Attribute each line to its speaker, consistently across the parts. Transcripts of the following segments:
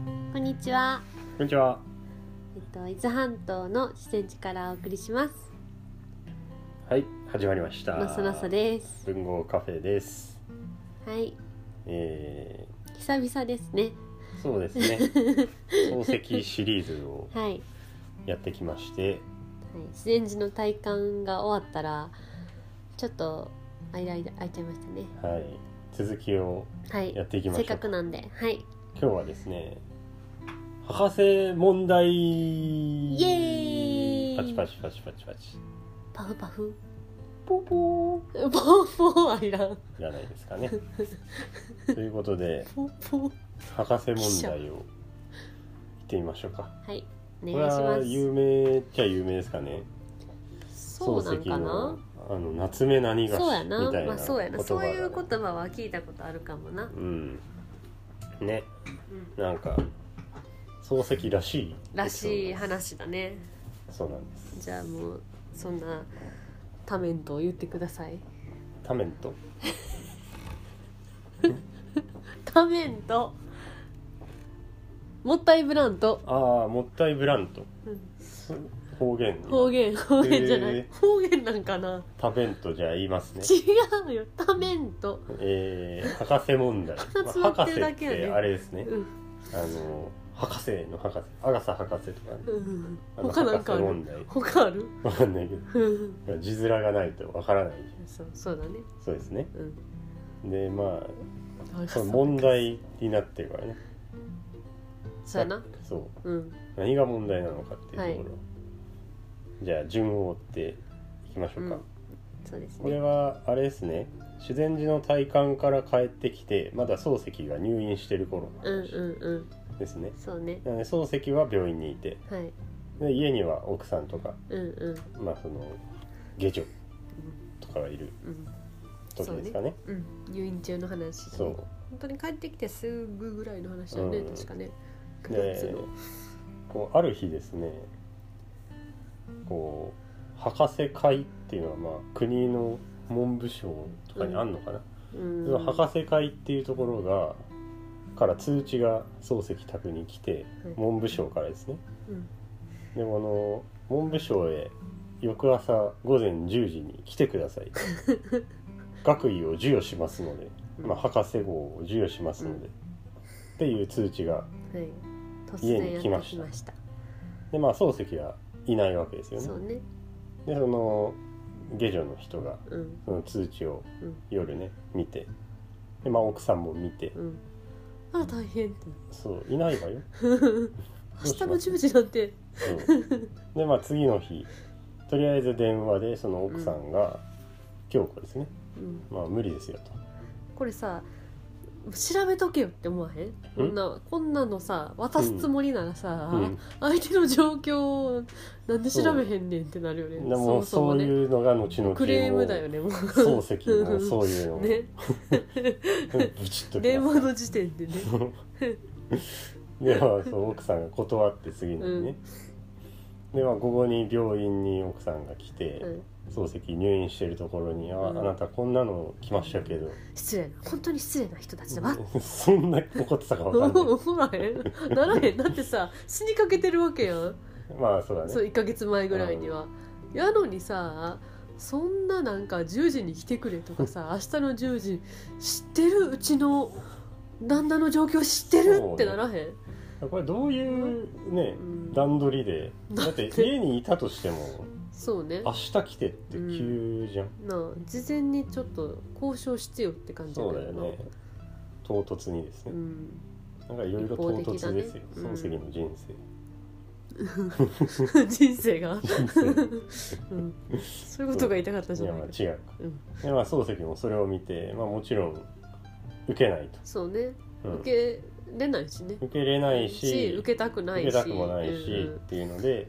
Speaker 1: ちは。
Speaker 2: こんにちは。
Speaker 1: えっと、伊豆半島の四川地からお送りします。
Speaker 2: はい、始まりました。
Speaker 1: のそのそです。
Speaker 2: 文豪カフェです。
Speaker 1: はい、
Speaker 2: え
Speaker 1: 久々ですね。
Speaker 2: ー、そうで すね。漱石シリーズを
Speaker 1: はい、はい、
Speaker 2: やってきまして、
Speaker 1: 自然寺の体感が終わったら。ちょっと、間間空いちゃいましたね。
Speaker 2: はい、続きを
Speaker 1: はい、
Speaker 2: やっていきまし
Speaker 1: せっ
Speaker 2: ょう。
Speaker 1: かくなんで、はい、
Speaker 2: 今日はですね、博士問題。
Speaker 1: イエーイ
Speaker 2: パチパチパチパチパチ。
Speaker 1: パフパフ。
Speaker 2: ポポ
Speaker 1: ポーポーアイラン。
Speaker 2: ー。いらないです かね。ということで、
Speaker 1: ポーポー。
Speaker 2: 博士問題を。行ってみましょうか。
Speaker 1: はい、お
Speaker 2: これは
Speaker 1: 願いし
Speaker 2: 有名っちゃ有名ですかね。
Speaker 1: ます。そうな
Speaker 2: 漱
Speaker 1: ん
Speaker 2: 石
Speaker 1: かな
Speaker 2: の。あの夏目何がし
Speaker 1: そうやな、
Speaker 2: みたい
Speaker 1: ま
Speaker 2: な
Speaker 1: あ、そうやな、そういう
Speaker 2: 言葉
Speaker 1: 言
Speaker 2: がね
Speaker 1: 葉は聞いたことあるかもな。
Speaker 2: うんね
Speaker 1: うん、
Speaker 2: なんか漱石らしい
Speaker 1: らしい
Speaker 2: そうなんです
Speaker 1: 話だね。
Speaker 2: そうなんです
Speaker 1: じゃあもうそんなタメントを言ってください。
Speaker 2: タメント
Speaker 1: タメント。もったいぶらんと。
Speaker 2: ああもったいぶらんと
Speaker 1: うん
Speaker 2: 方言
Speaker 1: 方言方言じゃない。
Speaker 2: へー
Speaker 1: 方言なんかな。
Speaker 2: タメントじゃ言いますね
Speaker 1: 違うよ。タメント。
Speaker 2: えー、博士 問題、
Speaker 1: 鼻詰
Speaker 2: ま
Speaker 1: ま
Speaker 2: あ
Speaker 1: っ
Speaker 2: 博
Speaker 1: て
Speaker 2: 士
Speaker 1: るだけ
Speaker 2: っ
Speaker 1: やね
Speaker 2: てあれです
Speaker 1: う
Speaker 2: ね、
Speaker 1: ん。
Speaker 2: あの博士の博士アガサ博士とかね
Speaker 1: うん。
Speaker 2: あの
Speaker 1: 他なんかある。
Speaker 2: 博士問題
Speaker 1: 他ある。
Speaker 2: わかんないけど
Speaker 1: うん
Speaker 2: 字面がないとわからない
Speaker 1: そうそうだね。
Speaker 2: そうですね
Speaker 1: うん。
Speaker 2: でまあそ
Speaker 1: そう
Speaker 2: の問題になってるからね
Speaker 1: そうやな。
Speaker 2: そう
Speaker 1: うん。
Speaker 2: 何が問題なのかっていうところ、
Speaker 1: は
Speaker 2: じゃあ順を追っていきましょうか、
Speaker 1: うんそうです
Speaker 2: これ
Speaker 1: ね。
Speaker 2: はあれですね修善寺の体感から帰ってきてまだ漱石が入院してる頃の
Speaker 1: うん
Speaker 2: 話
Speaker 1: うんうん。
Speaker 2: ですね、
Speaker 1: そうね。
Speaker 2: なので漱石は病院にいて
Speaker 1: はい。
Speaker 2: で家には奥さんとか
Speaker 1: うんうん
Speaker 2: まあその下女とかがいる
Speaker 1: うん
Speaker 2: 時ですかね
Speaker 1: うん。入院中の話だ
Speaker 2: そう
Speaker 1: ね。本当に帰ってきてすぐぐらいの話だよね、
Speaker 2: うん
Speaker 1: 確かね9月
Speaker 2: で
Speaker 1: の
Speaker 2: こうある日ですねこう博士会っていうのはまあ国の文部省とかにあんのかな、
Speaker 1: うん
Speaker 2: その博士会っていうところがから通知が漱石宅に来て
Speaker 1: はい
Speaker 2: 文部省からですね
Speaker 1: うん
Speaker 2: でこの文部省へ翌朝午前10時に来てく ださい学位を授与しますので、まあ、博士号を授与しますので、っていう通知が
Speaker 1: はい突
Speaker 2: 家
Speaker 1: 然
Speaker 2: に
Speaker 1: やっ
Speaker 2: 来ま
Speaker 1: て
Speaker 2: し
Speaker 1: き
Speaker 2: た
Speaker 1: ました
Speaker 2: でまあ漱石はいないわけですよね
Speaker 1: そうね
Speaker 2: でその下女の人が
Speaker 1: うん
Speaker 2: その通知を
Speaker 1: うん
Speaker 2: 夜ね見てで、まあ、奥さんも見て
Speaker 1: うんあ大変って
Speaker 2: そういないわよ
Speaker 1: 明日の10時なんて
Speaker 2: そうでまあ次の日とりあえず電話でその奥さんが、京子ですね
Speaker 1: うん
Speaker 2: まあ無理ですよと
Speaker 1: これさ調べとけよって思わへんこんなこんなのさ渡すつもりならさ、
Speaker 2: うん
Speaker 1: 相手の状況をなんで調べへんねんってなるよね
Speaker 2: でも
Speaker 1: そも
Speaker 2: そう
Speaker 1: ね
Speaker 2: いうのが後々
Speaker 1: クレームだよねもう
Speaker 2: 漱石もそういうの を
Speaker 1: ね
Speaker 2: ブチッとき
Speaker 1: 電
Speaker 2: ま
Speaker 1: 話の時点でね
Speaker 2: すでまあそう奥さんが断って次の日ね、でまあ午後に病院に奥さんが来て、
Speaker 1: うん
Speaker 2: 漱石入院してるところに「あ
Speaker 1: うん
Speaker 2: あなたこんなの来ましたけど
Speaker 1: 失礼な本当に失礼な人たちだわ
Speaker 2: そんな怒ってたか分かん ない
Speaker 1: ほらへんならへんだってさ死にかけてるわけやん、
Speaker 2: まあそうだね
Speaker 1: そう1か月前ぐらいには、やのにさそんななんか10時に来てくれとかさ明日の10時知ってるうちの旦那の状況知ってるってならへん
Speaker 2: これどういうね、
Speaker 1: うん
Speaker 2: 段取りで
Speaker 1: だ
Speaker 2: だ
Speaker 1: っ
Speaker 2: ってて家にいたとしても
Speaker 1: そうね
Speaker 2: 明日来てって急じゃん、
Speaker 1: なあ事前にちょっと交渉してよって感じ
Speaker 2: そう
Speaker 1: けど
Speaker 2: だよ
Speaker 1: な
Speaker 2: ね唐突にです
Speaker 1: う
Speaker 2: ね、
Speaker 1: ん、
Speaker 2: なんかいろいろ唐突です
Speaker 1: 一
Speaker 2: よ、
Speaker 1: 方的だねうん
Speaker 2: 漱石の人生
Speaker 1: 人生が、
Speaker 2: 人生
Speaker 1: うん、そういうことが言いたかったじ
Speaker 2: い
Speaker 1: ゃ
Speaker 2: や
Speaker 1: な
Speaker 2: ま
Speaker 1: い
Speaker 2: あ
Speaker 1: か
Speaker 2: 違うか、
Speaker 1: うん
Speaker 2: でまあ漱石もそれを見て、まあ、もちろん受けないと、
Speaker 1: そうね
Speaker 2: うん受
Speaker 1: 受けれないしね
Speaker 2: けれないし
Speaker 1: 受けたくないし
Speaker 2: 受けたくもないし、
Speaker 1: うん
Speaker 2: っていうので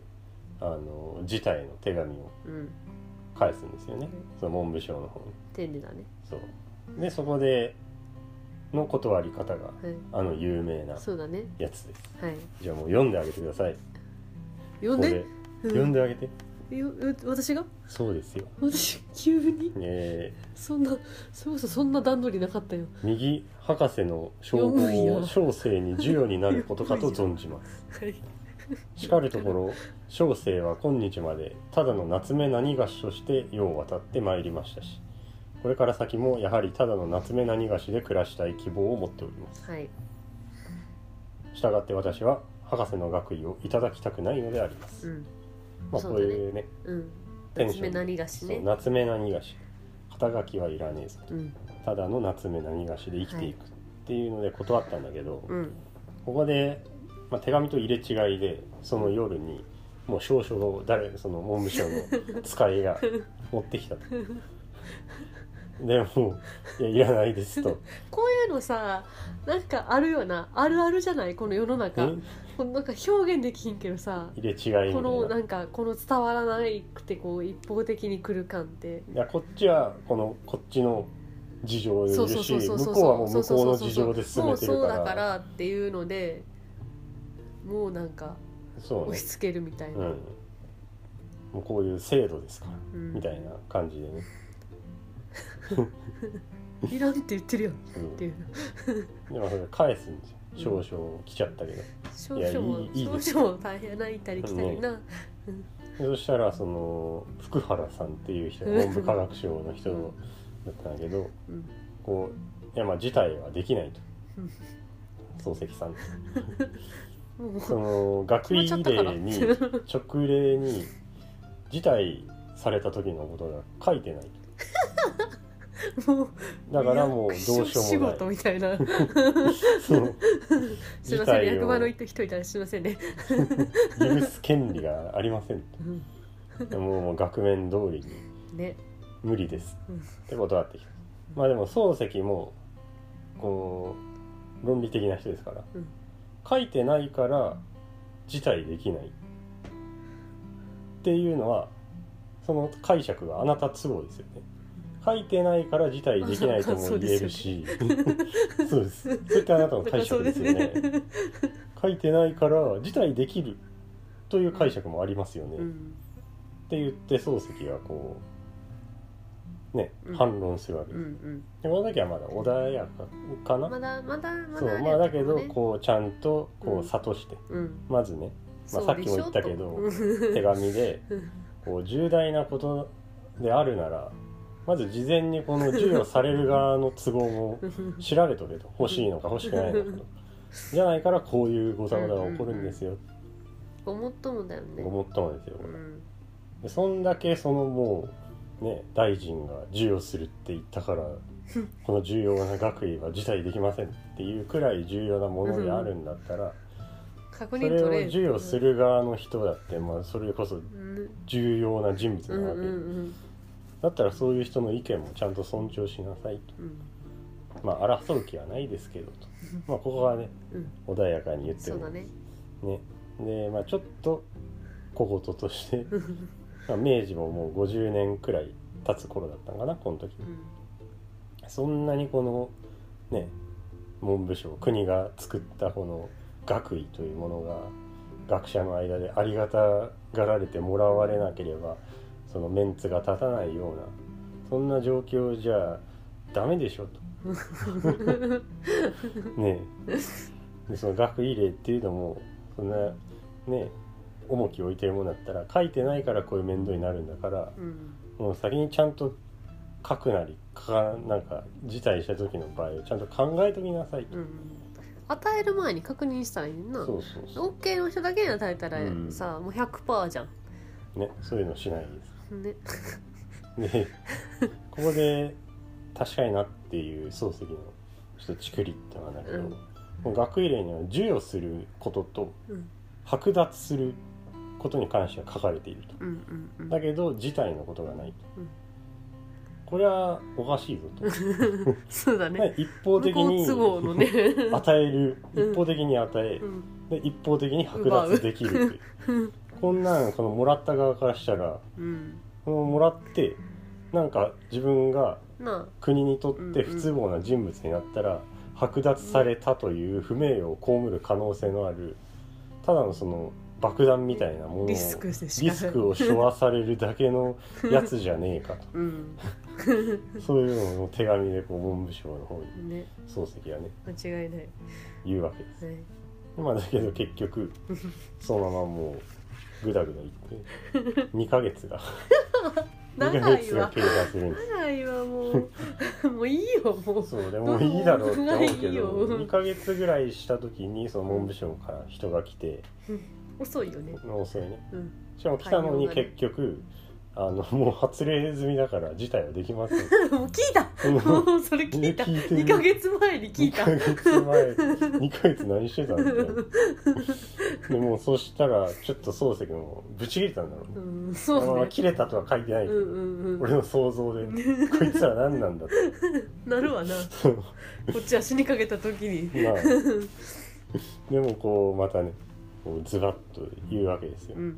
Speaker 2: あの辞退の手紙を
Speaker 1: うんうん
Speaker 2: 返すんですよね、
Speaker 1: う
Speaker 2: その文部省の方に
Speaker 1: 丁寧だね、
Speaker 2: そうでそこでの断り方が
Speaker 1: はい、
Speaker 2: あの有名な
Speaker 1: そうだね
Speaker 2: やつです
Speaker 1: はい
Speaker 2: じゃあもう読んであげてください
Speaker 1: 呼ん
Speaker 2: こ
Speaker 1: で
Speaker 2: れ読ん
Speaker 1: で
Speaker 2: であげて
Speaker 1: よよ私が
Speaker 2: そうですよ。
Speaker 1: 私 急に
Speaker 2: ねえ
Speaker 1: そんなそれこそそんな段取りなかったよ
Speaker 2: 右博士の称号を小生に授与になることかと存じます。
Speaker 1: はい
Speaker 2: しかるところ小生は今日までただの夏目何菓子として世を渡ってまいりましたしこれから先もやはりただの夏目何菓子で暮らしたい希望を持っております
Speaker 1: はい
Speaker 2: したがって私は博士の学位をいただきたくないのであります
Speaker 1: うん
Speaker 2: まあ
Speaker 1: そ
Speaker 2: こ
Speaker 1: う
Speaker 2: う
Speaker 1: だね
Speaker 2: いうね
Speaker 1: うん
Speaker 2: テン
Speaker 1: 夏
Speaker 2: ション
Speaker 1: 目何がし
Speaker 2: そう
Speaker 1: ね
Speaker 2: 夏目何菓子肩書きはいらねえぞ
Speaker 1: うん
Speaker 2: ただの夏目何菓子で生きていくっていうので断ったんだけど、
Speaker 1: うん
Speaker 2: ここで、まあ、手紙と入れ違いでその夜にもう少々誰その文部省の使いが持って きたと。でもう「いやいらないです」と
Speaker 1: こういうのさなんかあるよなあるあるじゃないこの世の
Speaker 2: 「
Speaker 1: 中
Speaker 2: え
Speaker 1: このなんか表現できひんけどさ
Speaker 2: 入れ違い」
Speaker 1: こ
Speaker 2: み
Speaker 1: の
Speaker 2: たい
Speaker 1: な
Speaker 2: な。
Speaker 1: んかこの伝わらないくてこう一方的に来る感って
Speaker 2: いやこっちはこのこっちの事情を
Speaker 1: そ
Speaker 2: 許
Speaker 1: うそう
Speaker 2: し
Speaker 1: そうそう
Speaker 2: 向
Speaker 1: そう
Speaker 2: こうはもう向こうの
Speaker 1: そうそうそ
Speaker 2: 事
Speaker 1: うそう
Speaker 2: 情で進めてる
Speaker 1: も
Speaker 2: か
Speaker 1: うそうだかららっていうのでもうなんか
Speaker 2: そう
Speaker 1: 押
Speaker 2: ね
Speaker 1: し付けるみたい
Speaker 2: うん
Speaker 1: な、
Speaker 2: もうこういう制度ですから
Speaker 1: うん
Speaker 2: みたいな感じでね
Speaker 1: いらんって言ってるよ
Speaker 2: う
Speaker 1: っ
Speaker 2: ん
Speaker 1: て
Speaker 2: で
Speaker 1: いう
Speaker 2: もそれ返すんです
Speaker 1: う
Speaker 2: よ
Speaker 1: ん
Speaker 2: 少々来ちゃったけど
Speaker 1: 少
Speaker 2: いや
Speaker 1: 々も
Speaker 2: いいいいです
Speaker 1: 少々も大変な行ったり来たりな、
Speaker 2: でそしたらその福原さんっていう人
Speaker 1: うん
Speaker 2: 文部科学省の人
Speaker 1: うん
Speaker 2: だったんだけど、
Speaker 1: うん
Speaker 2: こういやまあ事態はできないと
Speaker 1: うん
Speaker 2: 漱石さん
Speaker 1: も
Speaker 2: そうの学位リレーに
Speaker 1: 決まっちゃった
Speaker 2: 直例に辞退された時のことが書いてないと
Speaker 1: もう
Speaker 2: だからもうどうしよ
Speaker 1: 仕
Speaker 2: うもない
Speaker 1: 事みたいな
Speaker 2: そう
Speaker 1: すいません
Speaker 2: 事態を
Speaker 1: 役場の人人いたらすいませんね、
Speaker 2: 許す権利がありません
Speaker 1: うん
Speaker 2: ともうもう額面通りに
Speaker 1: ね
Speaker 2: 無理です
Speaker 1: うん
Speaker 2: って断ってきたまあでも漱石もこう論理的な人ですから、
Speaker 1: うん
Speaker 2: 書いてないから辞退できないっていうのはその解釈があなた都合ですよね書いてないから辞退できないと
Speaker 1: あそ
Speaker 2: も
Speaker 1: う
Speaker 2: 言え
Speaker 1: で
Speaker 2: る
Speaker 1: すよ
Speaker 2: しそうですそれってあなたの
Speaker 1: だから
Speaker 2: 解
Speaker 1: そ
Speaker 2: 釈
Speaker 1: う
Speaker 2: で
Speaker 1: ですす
Speaker 2: よね
Speaker 1: ね
Speaker 2: 書いてないから辞退できるという解釈もありますよね、
Speaker 1: う
Speaker 2: っ
Speaker 1: ん
Speaker 2: て言って漱石がこうね
Speaker 1: うん
Speaker 2: 反論するわけ
Speaker 1: うんうん
Speaker 2: でこの時はまだ穏やかかな、
Speaker 1: まだまだまだ
Speaker 2: そうまあだけど
Speaker 1: ね
Speaker 2: こうちゃんと
Speaker 1: う
Speaker 2: こ
Speaker 1: ん
Speaker 2: う諭して、
Speaker 1: うん
Speaker 2: まず ねまあ
Speaker 1: そうでしょ
Speaker 2: さっきも言ったけど
Speaker 1: とうん
Speaker 2: 手 紙で
Speaker 1: うん
Speaker 2: こう重大なことであるならまず事前にこの授与される側の都合も調べとれと欲しいのか欲しくない のかとじゃないからこういうごたごたが起こるんですよ
Speaker 1: ごもっともだよね
Speaker 2: ごもっともですよこ
Speaker 1: う
Speaker 2: れ
Speaker 1: ん
Speaker 2: でそんだけそのもうね大臣が授与するって言ったからこの重要な学位は辞退できませんっていうくらい重要なものであるんだったら
Speaker 1: 確
Speaker 2: そ
Speaker 1: 認
Speaker 2: れを
Speaker 1: 取れ
Speaker 2: 授与する側の人だってまあそれこそ
Speaker 1: うん
Speaker 2: 重要な人物
Speaker 1: うん
Speaker 2: な
Speaker 1: う
Speaker 2: わ
Speaker 1: んう
Speaker 2: け
Speaker 1: ん
Speaker 2: だったらそういう人の意見もちゃんと尊重しなさいと
Speaker 1: うん
Speaker 2: まあ争う気はないですけどとまあここはね
Speaker 1: うん
Speaker 2: 穏やかに言って
Speaker 1: そうだ
Speaker 2: も
Speaker 1: ね
Speaker 2: ねでまあちょっと小言としてまあ明治ももう50年くらい経つ頃だったのかなこの時
Speaker 1: うん
Speaker 2: そんなにこのね文部省国が作ったこの学位というものが学者の間でありがたがられてもらわれなければそのメンツが立たないようなそんな状況じゃダメでしょと。ねえでその学位例っていうのもそんなねえ重きを置いてるもんだったら書いてないからこういう面倒になるんだから
Speaker 1: うん
Speaker 2: もう先にちゃんと書くなり書かなんか辞退した時の場合をちゃんと考えときなさいと、
Speaker 1: うん与える前に確認したらいいな
Speaker 2: そうそうそ
Speaker 1: OK の人だけに与えたら
Speaker 2: うん
Speaker 1: さもう100%じゃ
Speaker 2: うねそういうのしない
Speaker 1: んね
Speaker 2: です でここで確かになっていう漱石のちょっとチクリってのがあるんだけど、
Speaker 1: うん
Speaker 2: もう学位例には授与することと
Speaker 1: うん
Speaker 2: 剥奪することに関しては書かれていると
Speaker 1: うんうんう
Speaker 2: だ
Speaker 1: ん
Speaker 2: けど辞退のことがない
Speaker 1: う
Speaker 2: と、
Speaker 1: ん
Speaker 2: これはおかし いぞと
Speaker 1: そうだね
Speaker 2: 一方的に
Speaker 1: 向こう都合のね
Speaker 2: 与える
Speaker 1: うん
Speaker 2: 一方的に与え、
Speaker 1: うん
Speaker 2: で一方的に剥奪できるっていう
Speaker 1: うん
Speaker 2: こんなんこのもらった側からしたら
Speaker 1: うん
Speaker 2: このもらってなんか自分が
Speaker 1: な
Speaker 2: 国にとって不都合な人物になったら剥奪されたという不名誉を被る可能性のあるただのその爆弾みたいなものを
Speaker 1: リスクしてし
Speaker 2: リ
Speaker 1: か
Speaker 2: スクを背負わされるだけ のやつじゃねえかと
Speaker 1: うん
Speaker 2: そういうのを手紙でこう文部省の方に
Speaker 1: ね
Speaker 2: 漱石はね
Speaker 1: 間違いない、
Speaker 2: 言うわけです
Speaker 1: はい、
Speaker 2: まあだけど結局そのままもうグダグダいって2 ヶ月が2ヶ
Speaker 1: 長い
Speaker 2: 月が
Speaker 1: わ
Speaker 2: 経過するんです
Speaker 1: 長いわ もうもういいよもう
Speaker 2: そうでもいいだろうって思うけ
Speaker 1: いいよ
Speaker 2: ど2ヶ月ぐらいした時にその文部省から人が来て
Speaker 1: 遅いよね
Speaker 2: 遅いね
Speaker 1: うん
Speaker 2: しかも来たの
Speaker 1: 対応
Speaker 2: に
Speaker 1: がね
Speaker 2: 結局あのもう発令済みだから事態はできません
Speaker 1: も う聞い た
Speaker 2: もう
Speaker 1: もうそれ聞いた
Speaker 2: 聞いてる
Speaker 1: 2ヶ月前に聞いた
Speaker 2: 2ヶ月前2ヶ月何してたんだよでもうそしたらちょっと漱石もぶち切れたんだろうね
Speaker 1: うん
Speaker 2: あの
Speaker 1: そうね
Speaker 2: 切れたとは書いてないけ
Speaker 1: う
Speaker 2: ど、
Speaker 1: んうんう
Speaker 2: 俺の想像でこいつら何なんだって
Speaker 1: ん なるわな
Speaker 2: そう
Speaker 1: こっちは死にかけた時に
Speaker 2: まあでもこうまたねこうズバッと言うわけですよ
Speaker 1: う。ん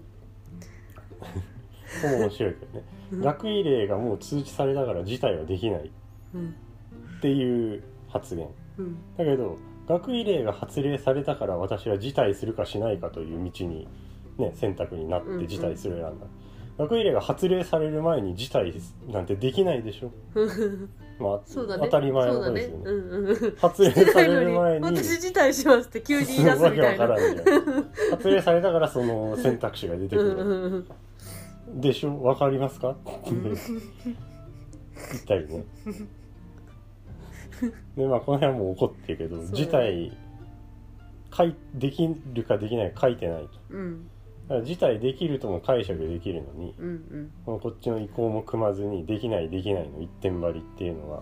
Speaker 2: これも面白いけどね
Speaker 1: うん
Speaker 2: 学位令がもう通知されたから事態はできないっ
Speaker 1: うん
Speaker 2: ていう発言
Speaker 1: うん
Speaker 2: だけど学位令が発令されたから私は辞退するかしないかという道に、ね、選択になっ
Speaker 1: うんう
Speaker 2: て
Speaker 1: ん
Speaker 2: 辞退する選んだ、学位令が発令される前に辞退なんてできないでしょ、まあ、
Speaker 1: そうだね
Speaker 2: 当たり前のことですよ
Speaker 1: そう
Speaker 2: ね
Speaker 1: だねうんうん
Speaker 2: 発令さ
Speaker 1: してな
Speaker 2: れ
Speaker 1: い
Speaker 2: る
Speaker 1: のに
Speaker 2: 前に
Speaker 1: 私辞退しますって急に言い出すみたいな
Speaker 2: わけわからんじゃん発令されたからその選択肢が出 て
Speaker 1: う
Speaker 2: く
Speaker 1: んう
Speaker 2: る
Speaker 1: んうん
Speaker 2: でしょわかりますかって言ったり ねでまあこの辺はもう怒ってるけど
Speaker 1: そう
Speaker 2: 事態かいできるかできないか書いてないと
Speaker 1: うん
Speaker 2: だから事態できるとも解釈できるのに
Speaker 1: うんうん
Speaker 2: このこっちの意向も組まずにできないできないの一点張りっていうのは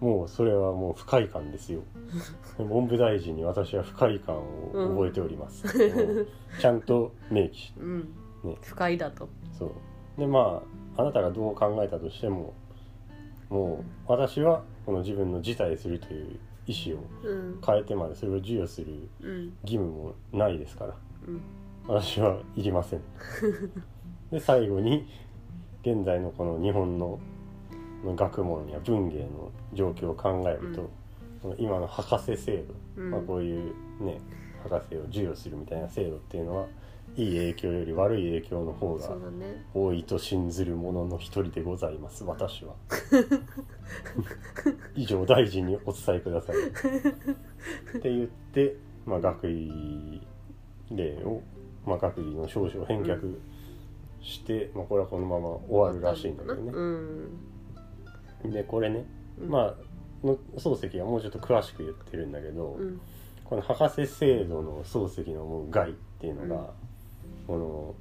Speaker 2: もうそれはもう不快感で すよ文部大臣に私は不快感を覚えております、もうちゃんと明記し
Speaker 1: うん
Speaker 2: ね
Speaker 1: 不快だと
Speaker 2: そうでまああなたがどう考えたとしてももう私はこの自分の辞退するという意思を
Speaker 1: うん
Speaker 2: 変えてまでそれを授与する
Speaker 1: うん
Speaker 2: 義務もないですから
Speaker 1: うん
Speaker 2: 私はいり ませんで最後に現在のこの日本の学問や文芸の状況を考えると、
Speaker 1: うん
Speaker 2: この今の博士制度、
Speaker 1: うん
Speaker 2: まあ、こういうね博士を授与するみたいな制度っていうのはいい影響より悪い影響の方が
Speaker 1: そうだね
Speaker 2: 多いと信ずる者の一人でございます私 は以上大臣にお伝えくださいって言って、まあ、学位令を、まあ、学位の証書を返却して、まあ、これはこのまま終わるらしいんだけどね、
Speaker 1: うん
Speaker 2: でこれね、まあの漱石はもうちょっと詳しく言ってるんだけど、
Speaker 1: うん
Speaker 2: この博士制度の漱石のもう害っていうのが、
Speaker 1: うん
Speaker 2: こ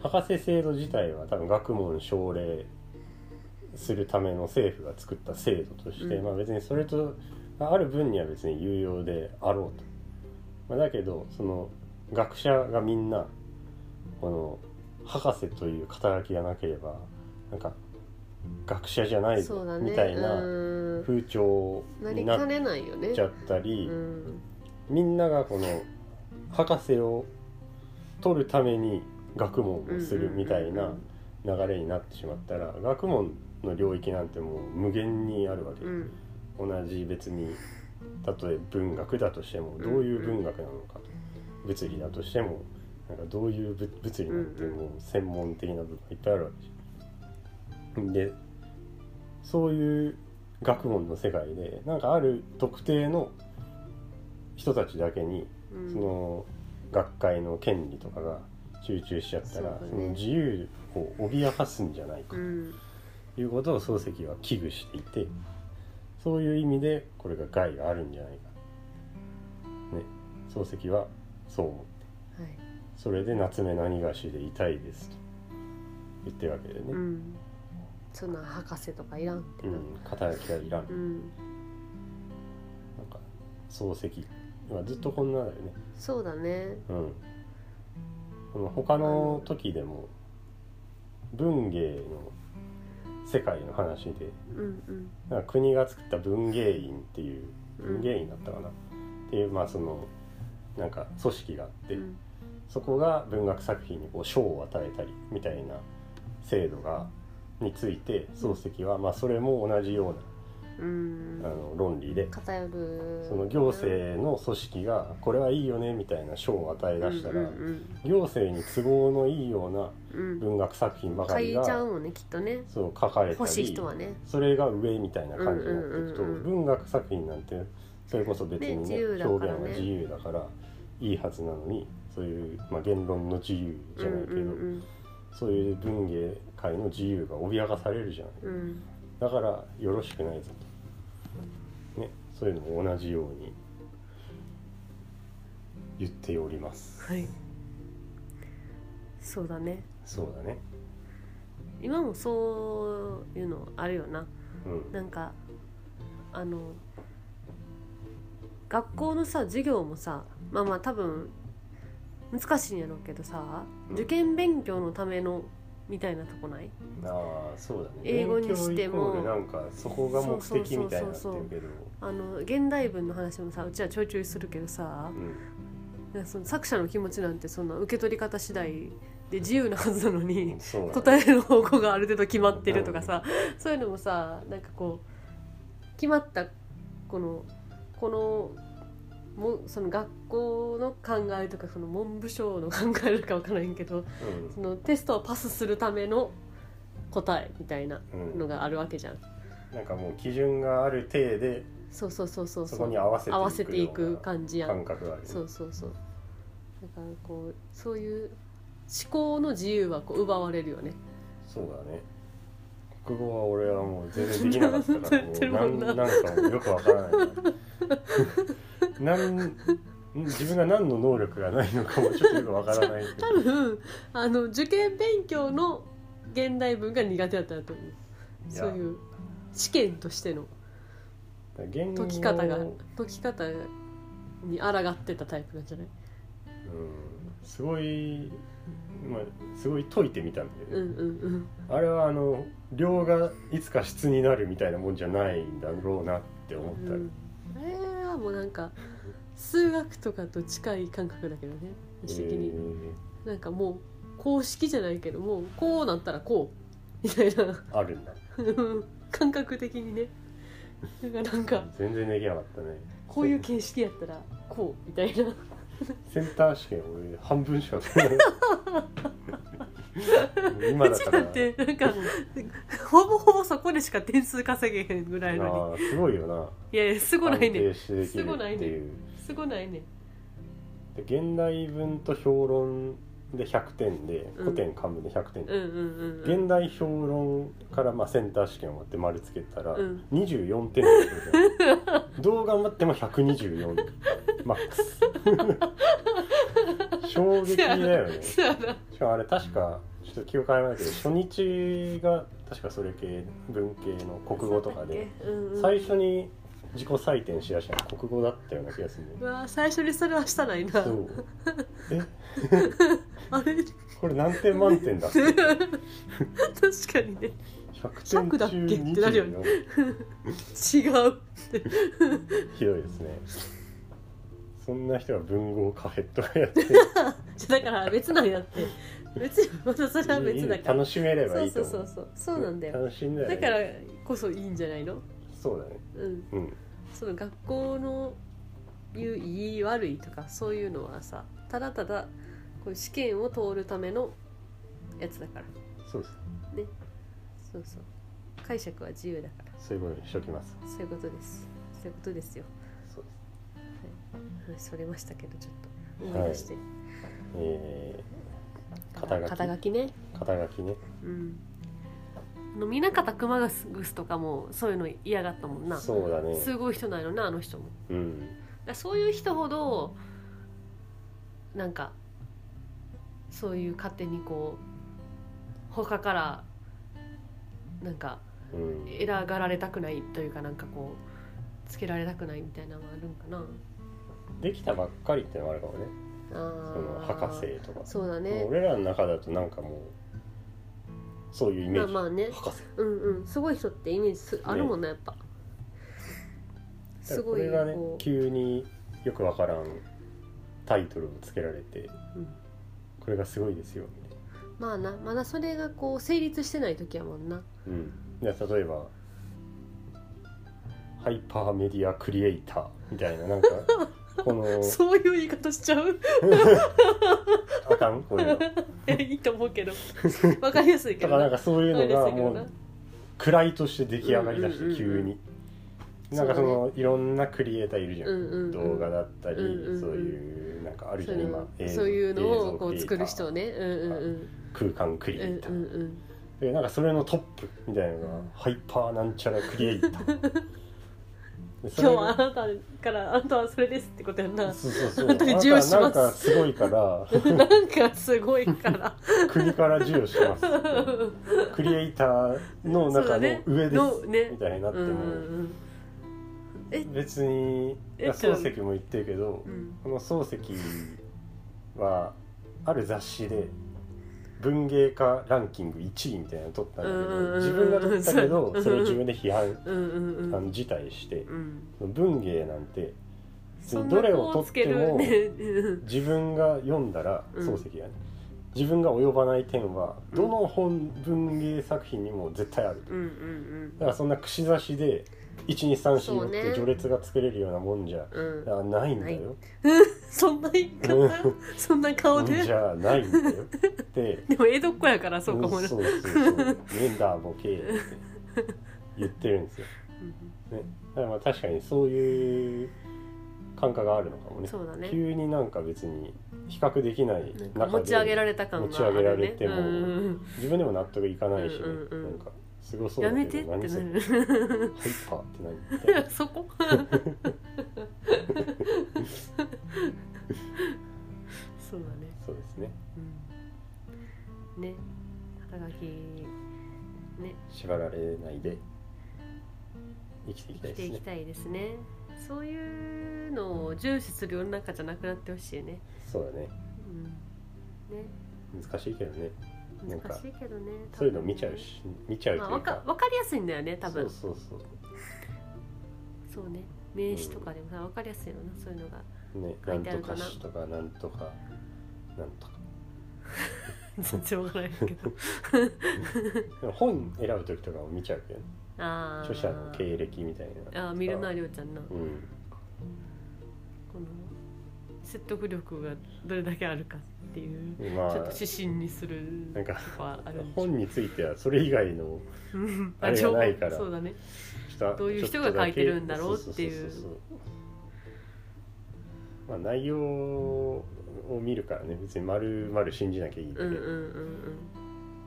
Speaker 2: の博士制度自体は多分学問奨励するための政府が作った制度として、
Speaker 1: うん
Speaker 2: まあ別にそれとある分には別に有用であろうと。まあ、だけどその学者がみんなこの博士という肩書きがなければなんか学者じゃない
Speaker 1: そうだね
Speaker 2: みたいな
Speaker 1: うん
Speaker 2: 風潮
Speaker 1: な
Speaker 2: に
Speaker 1: り
Speaker 2: な
Speaker 1: か
Speaker 2: っ
Speaker 1: ねないよね
Speaker 2: ちゃったり。
Speaker 1: うん
Speaker 2: みんながこの博士を取るために学問をするみたいな流れになってしまったら学問の領域なんてもう無限にあるわけ、
Speaker 1: うん
Speaker 2: 同じ別に例えば文学だとしてもどういう文学なのかと物理だとしてもなんかどういうぶ物理なんてもう専門的な部分がいっぱいあるわけじゃんでそういう学問の世界でなんかある特定の人たちだけに
Speaker 1: うん
Speaker 2: その学会の権利とかが集中しちゃったら
Speaker 1: そうだね
Speaker 2: その自由を脅かすんじゃないか
Speaker 1: うん
Speaker 2: ということを漱石は危惧していてそういう意味でこれが害があるんじゃないか、ね、漱石はそう思って
Speaker 1: はい
Speaker 2: それで夏目何がしで痛いですと言ってるわけでね、う
Speaker 1: うんんそんなん博士とかいらんってな
Speaker 2: 肩書きはいらん、
Speaker 1: うん
Speaker 2: なんか漱石はずっとこんなだよね
Speaker 1: そうだね
Speaker 2: うん、この他の時でも文芸の世界の話で
Speaker 1: うん
Speaker 2: なんか国が作った文芸院っていう
Speaker 1: うん
Speaker 2: 文芸院だったかな、っていうまあそのなんか組織があって、
Speaker 1: うん
Speaker 2: そこが文学作品にこう賞を与えたりみたいな制度がについて漱石はまあそれも同じような
Speaker 1: うん
Speaker 2: あの論理で
Speaker 1: 偏る
Speaker 2: その行政の組織がこれはいいよねみたいな賞を与え出したら、
Speaker 1: うん
Speaker 2: 行政に都合のいいような
Speaker 1: うんうんうん
Speaker 2: 文学作品ばか
Speaker 1: 買
Speaker 2: り
Speaker 1: いちゃう
Speaker 2: が
Speaker 1: もんねきっとね
Speaker 2: そう書かれた
Speaker 1: 欲しい
Speaker 2: り
Speaker 1: 人はね
Speaker 2: それが上みたいな感じになっていくと、
Speaker 1: うんうんうんうん
Speaker 2: 文学作品なんてそれこそ別に
Speaker 1: ね自
Speaker 2: ね
Speaker 1: 由だからね
Speaker 2: 表現は自由だからいいはずなのにそういう、まあ、言論の自由じゃないけど、
Speaker 1: うんうん
Speaker 2: そういう文芸界の自由が脅かされるじゃない
Speaker 1: うんうん
Speaker 2: だからよろしくないぞと、ね、そういうのも同じように言っております
Speaker 1: はいそうだね
Speaker 2: そうだね
Speaker 1: 今もそういうのあるよな
Speaker 2: うん
Speaker 1: なんかあの学校のさ授業もさまあまあ多分難しいんやろうけどさ
Speaker 2: うん
Speaker 1: 受験勉強のためのみたいなとこない
Speaker 2: ああそうだね
Speaker 1: 英語にしても
Speaker 2: 勉強イコールなんかそこが目的みたいになって
Speaker 1: そうそうそうそう
Speaker 2: るけど
Speaker 1: あの現代文の話もさうちはちょいちょいするけどさ なんかその作者の気持ちなんてそんな受け取り方次第で自由なはずなの
Speaker 2: う
Speaker 1: に
Speaker 2: んそうだね
Speaker 1: 答えの方向がある程度決まってるとかさそういうのもさなんかこう決まったこのこのもその学校の考えとかその文部省の考えとかわからへんけどそのテストをパスするための答えみたいな
Speaker 2: うん、うん
Speaker 1: のがあるわけじゃん。
Speaker 2: なんかもう基準がある体で
Speaker 1: そうそうそうそう
Speaker 2: そうこに合わせていくような
Speaker 1: 合わせていく感じやん
Speaker 2: 感。覚がある、
Speaker 1: そうそうそうだからこうそういう思考の自由はこう奪われるよね。
Speaker 2: そうだね国語は俺はもう全然できなかっ たからも
Speaker 1: 言ってるも
Speaker 2: うんな
Speaker 1: なん
Speaker 2: なんかもうよくわからない ななん自分が何の能力がないのかもちょっとよくわからないけど
Speaker 1: 多分あの受験勉強の現代文が苦手だったなと思う
Speaker 2: いや
Speaker 1: そういう試験としての
Speaker 2: 言語
Speaker 1: 解き方が解き方に抗ってたタイプなんじゃない
Speaker 2: うんすごい、まあ、すごい解いてみたんだ
Speaker 1: う
Speaker 2: よ
Speaker 1: ん
Speaker 2: ね、
Speaker 1: うん
Speaker 2: あれはあの量がいつか質になるみたいなもんじゃないんだろうなって思っ
Speaker 1: うん、
Speaker 2: た、
Speaker 1: うん、あれはもうなんか数学とかと近い感覚だけどね一石に、なんかもう公式じゃないけどもうこうなったらこうみ たいな
Speaker 2: えーあるんだ
Speaker 1: 感覚的にねなんかなんか
Speaker 2: 全然できなかったね
Speaker 1: こういう形式やったらこうみたいな
Speaker 2: センター試験俺半分しか 取れない。今だ
Speaker 1: うち
Speaker 2: か
Speaker 1: な
Speaker 2: ら。
Speaker 1: んてなんかほぼほぼそこでしか点数稼げへんぐらいの
Speaker 2: ああすごいよな。
Speaker 1: にいやいやすごないね
Speaker 2: 安定してできるっていう。
Speaker 1: すごないね
Speaker 2: で現代文と評論で100点で、
Speaker 1: うん
Speaker 2: 古典漢文で100点
Speaker 1: うんうんうんうん
Speaker 2: 現代評論からまあセンター試験終わって丸つけたら
Speaker 1: うん
Speaker 2: 24点でどう頑張っても124マッ クス衝撃だよね
Speaker 1: そうやな
Speaker 2: しかもあれ確かちょっと記憶曖昧だけど初日が確かそれ系文系の国語とかで
Speaker 1: うんうん
Speaker 2: 最初に自己採点しだしたの国語だったような気がするね
Speaker 1: うわ最初にそれはしたないな
Speaker 2: そうえ
Speaker 1: あれ
Speaker 2: これ何点満点だっけ
Speaker 1: 確かにね
Speaker 2: 100点
Speaker 1: 100だっけ
Speaker 2: 中
Speaker 1: ってなるよ
Speaker 2: 24
Speaker 1: ね違う
Speaker 2: ひどいですねそんな人が文豪カフェとか やって
Speaker 1: じゃだから別なんやって別にまたそれは別だから
Speaker 2: 楽しめれば
Speaker 1: そ
Speaker 2: いういと
Speaker 1: そう
Speaker 2: 思う
Speaker 1: そうそうそうなんだよ
Speaker 2: 楽しんだよ、ね、
Speaker 1: だからこそいいんじゃないの
Speaker 2: そうだね
Speaker 1: うん
Speaker 2: うん
Speaker 1: その学校の言ういい悪いとかそういうのはさただただこう試験を通るためのやつだから
Speaker 2: そうです
Speaker 1: そうそう解釈は自由だから
Speaker 2: そういうことにしときます
Speaker 1: そういうことですそういうことですよ
Speaker 2: そうです
Speaker 1: 話それましたけどちょっと思い出して、
Speaker 2: え
Speaker 1: 肩
Speaker 2: 肩書き
Speaker 1: 書きね
Speaker 2: ー、肩書きね
Speaker 1: うんあの南方熊楠とかもそういうの嫌がったもんなす
Speaker 2: そうだね
Speaker 1: ごい人なのなあの人も
Speaker 2: うん
Speaker 1: だからそういう人ほどなんかそういう勝手にこう他からなんか
Speaker 2: うん
Speaker 1: 選がられたくないというかなんかこうつけられたくないみたいなのはあるんかな
Speaker 2: できたばっかりってのもあるかもねその
Speaker 1: あー
Speaker 2: 博士とか
Speaker 1: そうだ
Speaker 2: もう
Speaker 1: ね
Speaker 2: 俺らの中だとなんかもうそういうイメ
Speaker 1: ま
Speaker 2: ー
Speaker 1: あ
Speaker 2: ジ、
Speaker 1: まあね
Speaker 2: 博士
Speaker 1: うんうんすごい人ってイメージすあるもんな、やっぱすごい
Speaker 2: これがね
Speaker 1: こう
Speaker 2: 急によくわからんタイトルをつけられて、
Speaker 1: うん
Speaker 2: これがすごいですよみ
Speaker 1: まあなまだそれがこう成立してない時やもんな
Speaker 2: たいな、うん、で例えばハイパーメディアクリエイターみたい ななんかこの
Speaker 1: そういう言い方しちゃう
Speaker 2: あかん こういうのだ
Speaker 1: えいいと思うけどわかりやすいけ
Speaker 2: か
Speaker 1: ど
Speaker 2: ら
Speaker 1: な
Speaker 2: なんかそういうの
Speaker 1: わか
Speaker 2: が
Speaker 1: りやすいけど
Speaker 2: も
Speaker 1: な
Speaker 2: う位として出来上がりだし
Speaker 1: うんうんうんうん
Speaker 2: て急になんかそのいろんなクリエイターいるじゃん、
Speaker 1: うんうんうん
Speaker 2: 動画だったり、
Speaker 1: うんうんうん
Speaker 2: そういうなんかあるじ
Speaker 1: そ
Speaker 2: ゃん今
Speaker 1: うそういうのをこう作る人
Speaker 2: を
Speaker 1: をねうんうんうん
Speaker 2: 空間ク
Speaker 1: う
Speaker 2: リ
Speaker 1: ん
Speaker 2: エイター、
Speaker 1: うんうん
Speaker 2: でなんかそれのトップみたいなのが、ハイパーなんちゃらクリエイ ターでそ
Speaker 1: 今日は
Speaker 2: れが
Speaker 1: あなたからあなたはそれですってことやんな
Speaker 2: そうそうそう
Speaker 1: 本当に授与します
Speaker 2: あなたなんかすごいから
Speaker 1: なんかすごいから
Speaker 2: 国から授与します クリエイターの
Speaker 1: そう
Speaker 2: 中
Speaker 1: だ
Speaker 2: の
Speaker 1: ね
Speaker 2: 上です、
Speaker 1: のね
Speaker 2: みたいになって
Speaker 1: うんう
Speaker 2: も、
Speaker 1: んえ
Speaker 2: 別に
Speaker 1: え
Speaker 2: いや漱石も言ってるけど、
Speaker 1: うん
Speaker 2: この漱石はある雑誌で文芸家ランキング1位みたいなの取ったんだけ
Speaker 1: う
Speaker 2: ど、
Speaker 1: んうんうん
Speaker 2: 自分が取ったけど、
Speaker 1: そう
Speaker 2: それを自分で批判、
Speaker 1: うんうんうん
Speaker 2: あの辞退して
Speaker 1: うん
Speaker 2: 文芸なんて
Speaker 1: そんな
Speaker 2: どれを
Speaker 1: こう
Speaker 2: 取
Speaker 1: つ
Speaker 2: っ
Speaker 1: け
Speaker 2: て
Speaker 1: る
Speaker 2: も
Speaker 1: ねうん
Speaker 2: 自分が読んだら
Speaker 1: うん
Speaker 2: 漱石がね、自分が及ばない点は
Speaker 1: うん
Speaker 2: どの本文芸作品にも絶対ある
Speaker 1: うんうん
Speaker 2: だからそんな串刺しで1234
Speaker 1: そうね
Speaker 2: って序列が作れるようなもんじゃ
Speaker 1: うんうん
Speaker 2: あないんだよ
Speaker 1: そんな言い方
Speaker 2: うん
Speaker 1: そんな顔で
Speaker 2: じゃあないんだよって
Speaker 1: でも江戸っ子やから そうかも
Speaker 2: ん
Speaker 1: な
Speaker 2: そうそうそうねえんだボケって言ってるんですよ
Speaker 1: うん
Speaker 2: だからまあ確かにそういう感覚があるのかもね
Speaker 1: そうだね
Speaker 2: 急になんか別に比較できな
Speaker 1: なん
Speaker 2: い
Speaker 1: か
Speaker 2: 中
Speaker 1: 持
Speaker 2: で
Speaker 1: ち上げられた感があるね
Speaker 2: 持ち上げられても
Speaker 1: うんうん
Speaker 2: 自分でも納得いかないしね、
Speaker 1: うんうんうん
Speaker 2: なんかすご
Speaker 1: うん
Speaker 2: そう
Speaker 1: や
Speaker 2: だ
Speaker 1: め
Speaker 2: け
Speaker 1: てって
Speaker 2: ど
Speaker 1: な
Speaker 2: 何それ
Speaker 1: る
Speaker 2: ハイパーって何みたいな
Speaker 1: そ こそうだね
Speaker 2: そうですね
Speaker 1: うんね肩書きね
Speaker 2: 縛られないで生きていきた
Speaker 1: 生
Speaker 2: い
Speaker 1: きて
Speaker 2: です
Speaker 1: い
Speaker 2: ね
Speaker 1: きたいですねそういうのを重視する世の中じゃなくなってほしいね,、
Speaker 2: そうだね
Speaker 1: うん、ね
Speaker 2: 難しいけどねなんか
Speaker 1: 難しいけどね
Speaker 2: そういうの見ちゃう、し見ちゃ
Speaker 1: 多
Speaker 2: う
Speaker 1: 分ねまあ、わ
Speaker 2: というか,、
Speaker 1: かわかりやすいんだよね多分
Speaker 2: そうそう
Speaker 1: そうね名詞とかでもさわかりやすいよなそういうのが
Speaker 2: そうね
Speaker 1: 書
Speaker 2: ないん
Speaker 1: てあ
Speaker 2: と
Speaker 1: るか
Speaker 2: か
Speaker 1: な
Speaker 2: しとかなんとかなんとか
Speaker 1: 全然わからないけ ど
Speaker 2: でも本選ぶ時とかも見ちゃうけど、ね、
Speaker 1: ああ
Speaker 2: 著者の経歴みたいな
Speaker 1: あー見るなりょうちゃんなこ
Speaker 2: うん
Speaker 1: の説得力がどれだけあるかっていう
Speaker 2: ま
Speaker 1: ちょっ
Speaker 2: あ
Speaker 1: と指針にする
Speaker 2: なんか
Speaker 1: とかあるんでしょ
Speaker 2: 本についてはそれ以外の
Speaker 1: うん
Speaker 2: あれがないから
Speaker 1: 情 報そうだね
Speaker 2: した
Speaker 1: どういう人が書いてるんだろうっていう
Speaker 2: ちょとだけそそそそまあ、内容を見るからね別に丸々信じなきゃいいだけ
Speaker 1: うんうんうんうん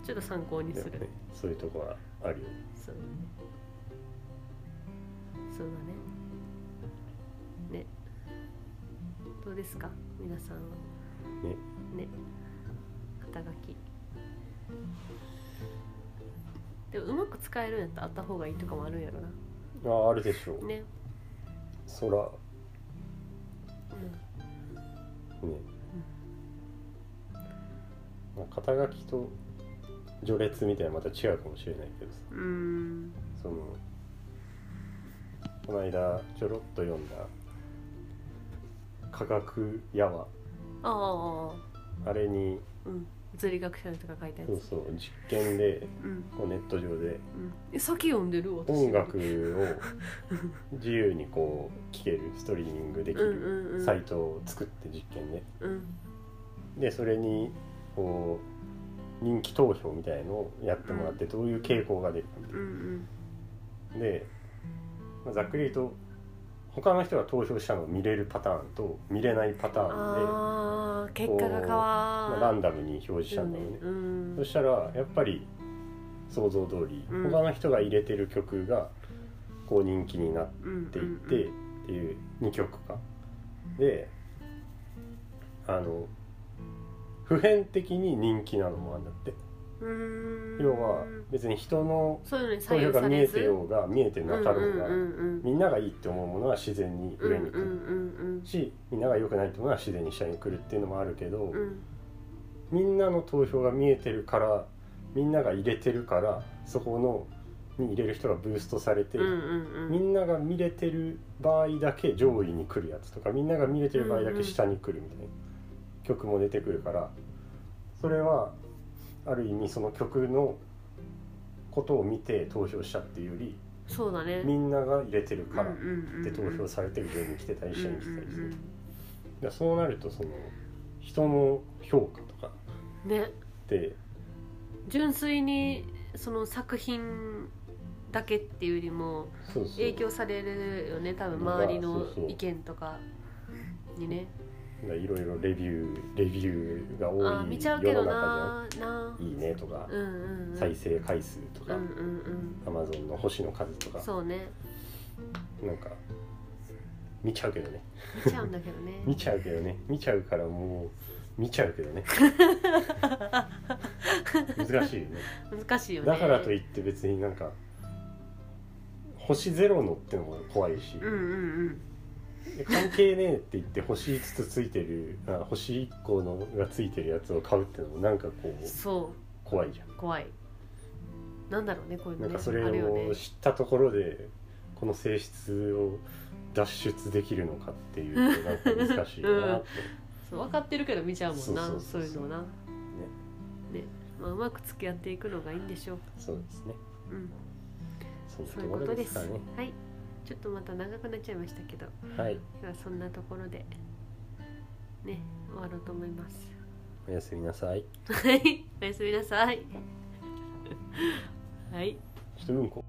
Speaker 1: ちょっと参考に
Speaker 2: ですも
Speaker 1: る
Speaker 2: ねそういうとこはあるよね
Speaker 1: そうだねそうだねねどうですか皆さんは
Speaker 2: ね
Speaker 1: ね肩書きでもうまく使えるんやったらあった方がいいとかもあるんやろな
Speaker 2: ああるでしょう、
Speaker 1: ね、
Speaker 2: 空ね
Speaker 1: う
Speaker 2: まあ、肩書きと序列みたいなのまた違うかもしれないけどさ
Speaker 1: ん、うん
Speaker 2: そのこの間ちょろっと読んだ「科学やわ
Speaker 1: ああ」
Speaker 2: あれに
Speaker 1: うん物理学者のとか書いたや
Speaker 2: そう
Speaker 1: つ
Speaker 2: そう実験で
Speaker 1: うん
Speaker 2: こうネット上で
Speaker 1: うんえ先読んでる私
Speaker 2: 音楽を自由にこう聴けるストリーミングでき
Speaker 1: うん
Speaker 2: る
Speaker 1: うんうん
Speaker 2: サイトを作って実験で
Speaker 1: うん
Speaker 2: でそれにこう人気投票みたいのをやってもらってどういう傾向が出るかみたい
Speaker 1: うんうん
Speaker 2: なで、まあざっくり言うと他の人が投票したのを見れるパターンと見れないパターンで
Speaker 1: ああ結果が変わ
Speaker 2: まあ
Speaker 1: る
Speaker 2: ランダムに表示したんだよね
Speaker 1: う。ん
Speaker 2: そしたらやっぱり想像通り
Speaker 1: うん
Speaker 2: 他の人が入れてる曲がこう人気になっ
Speaker 1: うん
Speaker 2: ていってっていう2曲か。であの普遍的に人気なのもあるんだって
Speaker 1: うん
Speaker 2: 要は別に人の
Speaker 1: そういうのに左
Speaker 2: 投票
Speaker 1: 右
Speaker 2: が
Speaker 1: さ
Speaker 2: 見
Speaker 1: れ
Speaker 2: え
Speaker 1: ず
Speaker 2: てようが見えてなかろうが
Speaker 1: うんうんうん
Speaker 2: みんながいいって思うものは自然に
Speaker 1: うん
Speaker 2: 上に来
Speaker 1: うん
Speaker 2: るしみんなが良くないってものは自然に下に来るっていうのもあるけど
Speaker 1: うんうん
Speaker 2: みんなの投票が見えてるからみんなが入れてるからそこのに入れる人がブーストされて、
Speaker 1: うんうんう
Speaker 2: み
Speaker 1: ん
Speaker 2: んなが見れてる場合だけ上位に来るやつとかみんなが見れてる場合だけ下に来るみたいな曲も出てくるからそれはある意味その曲のことを見て投票したっていうより
Speaker 1: そうだね
Speaker 2: みんなが入れてるから
Speaker 1: うんうんうんうん
Speaker 2: で投票されてる上に来てたり下に来
Speaker 1: うん
Speaker 2: たりす
Speaker 1: うん
Speaker 2: る、でそうなるとその人の評価とか
Speaker 1: うんね
Speaker 2: って
Speaker 1: 純粋にその作品だけっていうよりも
Speaker 2: そうそう
Speaker 1: 影響されるよね多分周りの
Speaker 2: そうそう
Speaker 1: 意見とかにね
Speaker 2: いろいろレビューレビューが多
Speaker 1: あー見
Speaker 2: い
Speaker 1: ちゃ
Speaker 2: 世
Speaker 1: うけど
Speaker 2: の中
Speaker 1: なな
Speaker 2: じゃんいいねとか
Speaker 1: うんうんうん
Speaker 2: 再生回数と
Speaker 1: う
Speaker 2: か
Speaker 1: んうん
Speaker 2: アマゾンの星の数と
Speaker 1: うん
Speaker 2: か
Speaker 1: そうね
Speaker 2: なんか見ちゃうけどね
Speaker 1: 見ちゃうんだけどね
Speaker 2: 見ちゃうけどね見ちゃうからもう見ちゃうけど ね難しいよね
Speaker 1: 難しいよね
Speaker 2: だからといって別になんか星ゼロのってのも怖いし、
Speaker 1: うんうん
Speaker 2: 関係ねえって言って星5つついてるあ星1個のがついてるやつを買うってのもなんかこ
Speaker 1: うん
Speaker 2: う
Speaker 1: そ
Speaker 2: 怖いじゃん
Speaker 1: う怖いなんだろうねこういうの
Speaker 2: なん
Speaker 1: ね
Speaker 2: かそれ
Speaker 1: あるよね
Speaker 2: を知ったところでこの性質を脱出できるのかっていうとなんか難しいなって
Speaker 1: そう分かってるけど見ちゃうもんな
Speaker 2: そう
Speaker 1: そ
Speaker 2: そううそうそう
Speaker 1: いうのをなねまあ、うまく付き合っていくのがいいんでしょう
Speaker 2: そうですね
Speaker 1: うん
Speaker 2: そんな
Speaker 1: そうい
Speaker 2: と
Speaker 1: う
Speaker 2: こ
Speaker 1: こ
Speaker 2: ろ
Speaker 1: と
Speaker 2: で
Speaker 1: ですす
Speaker 2: かね
Speaker 1: はいちょっとまた長くなっちゃいましたけど
Speaker 2: はい
Speaker 1: 今日はそんなところでね終わろうと思います
Speaker 2: おやすみなさい
Speaker 1: はいおやすみなさいはい
Speaker 2: ちょっとうんこ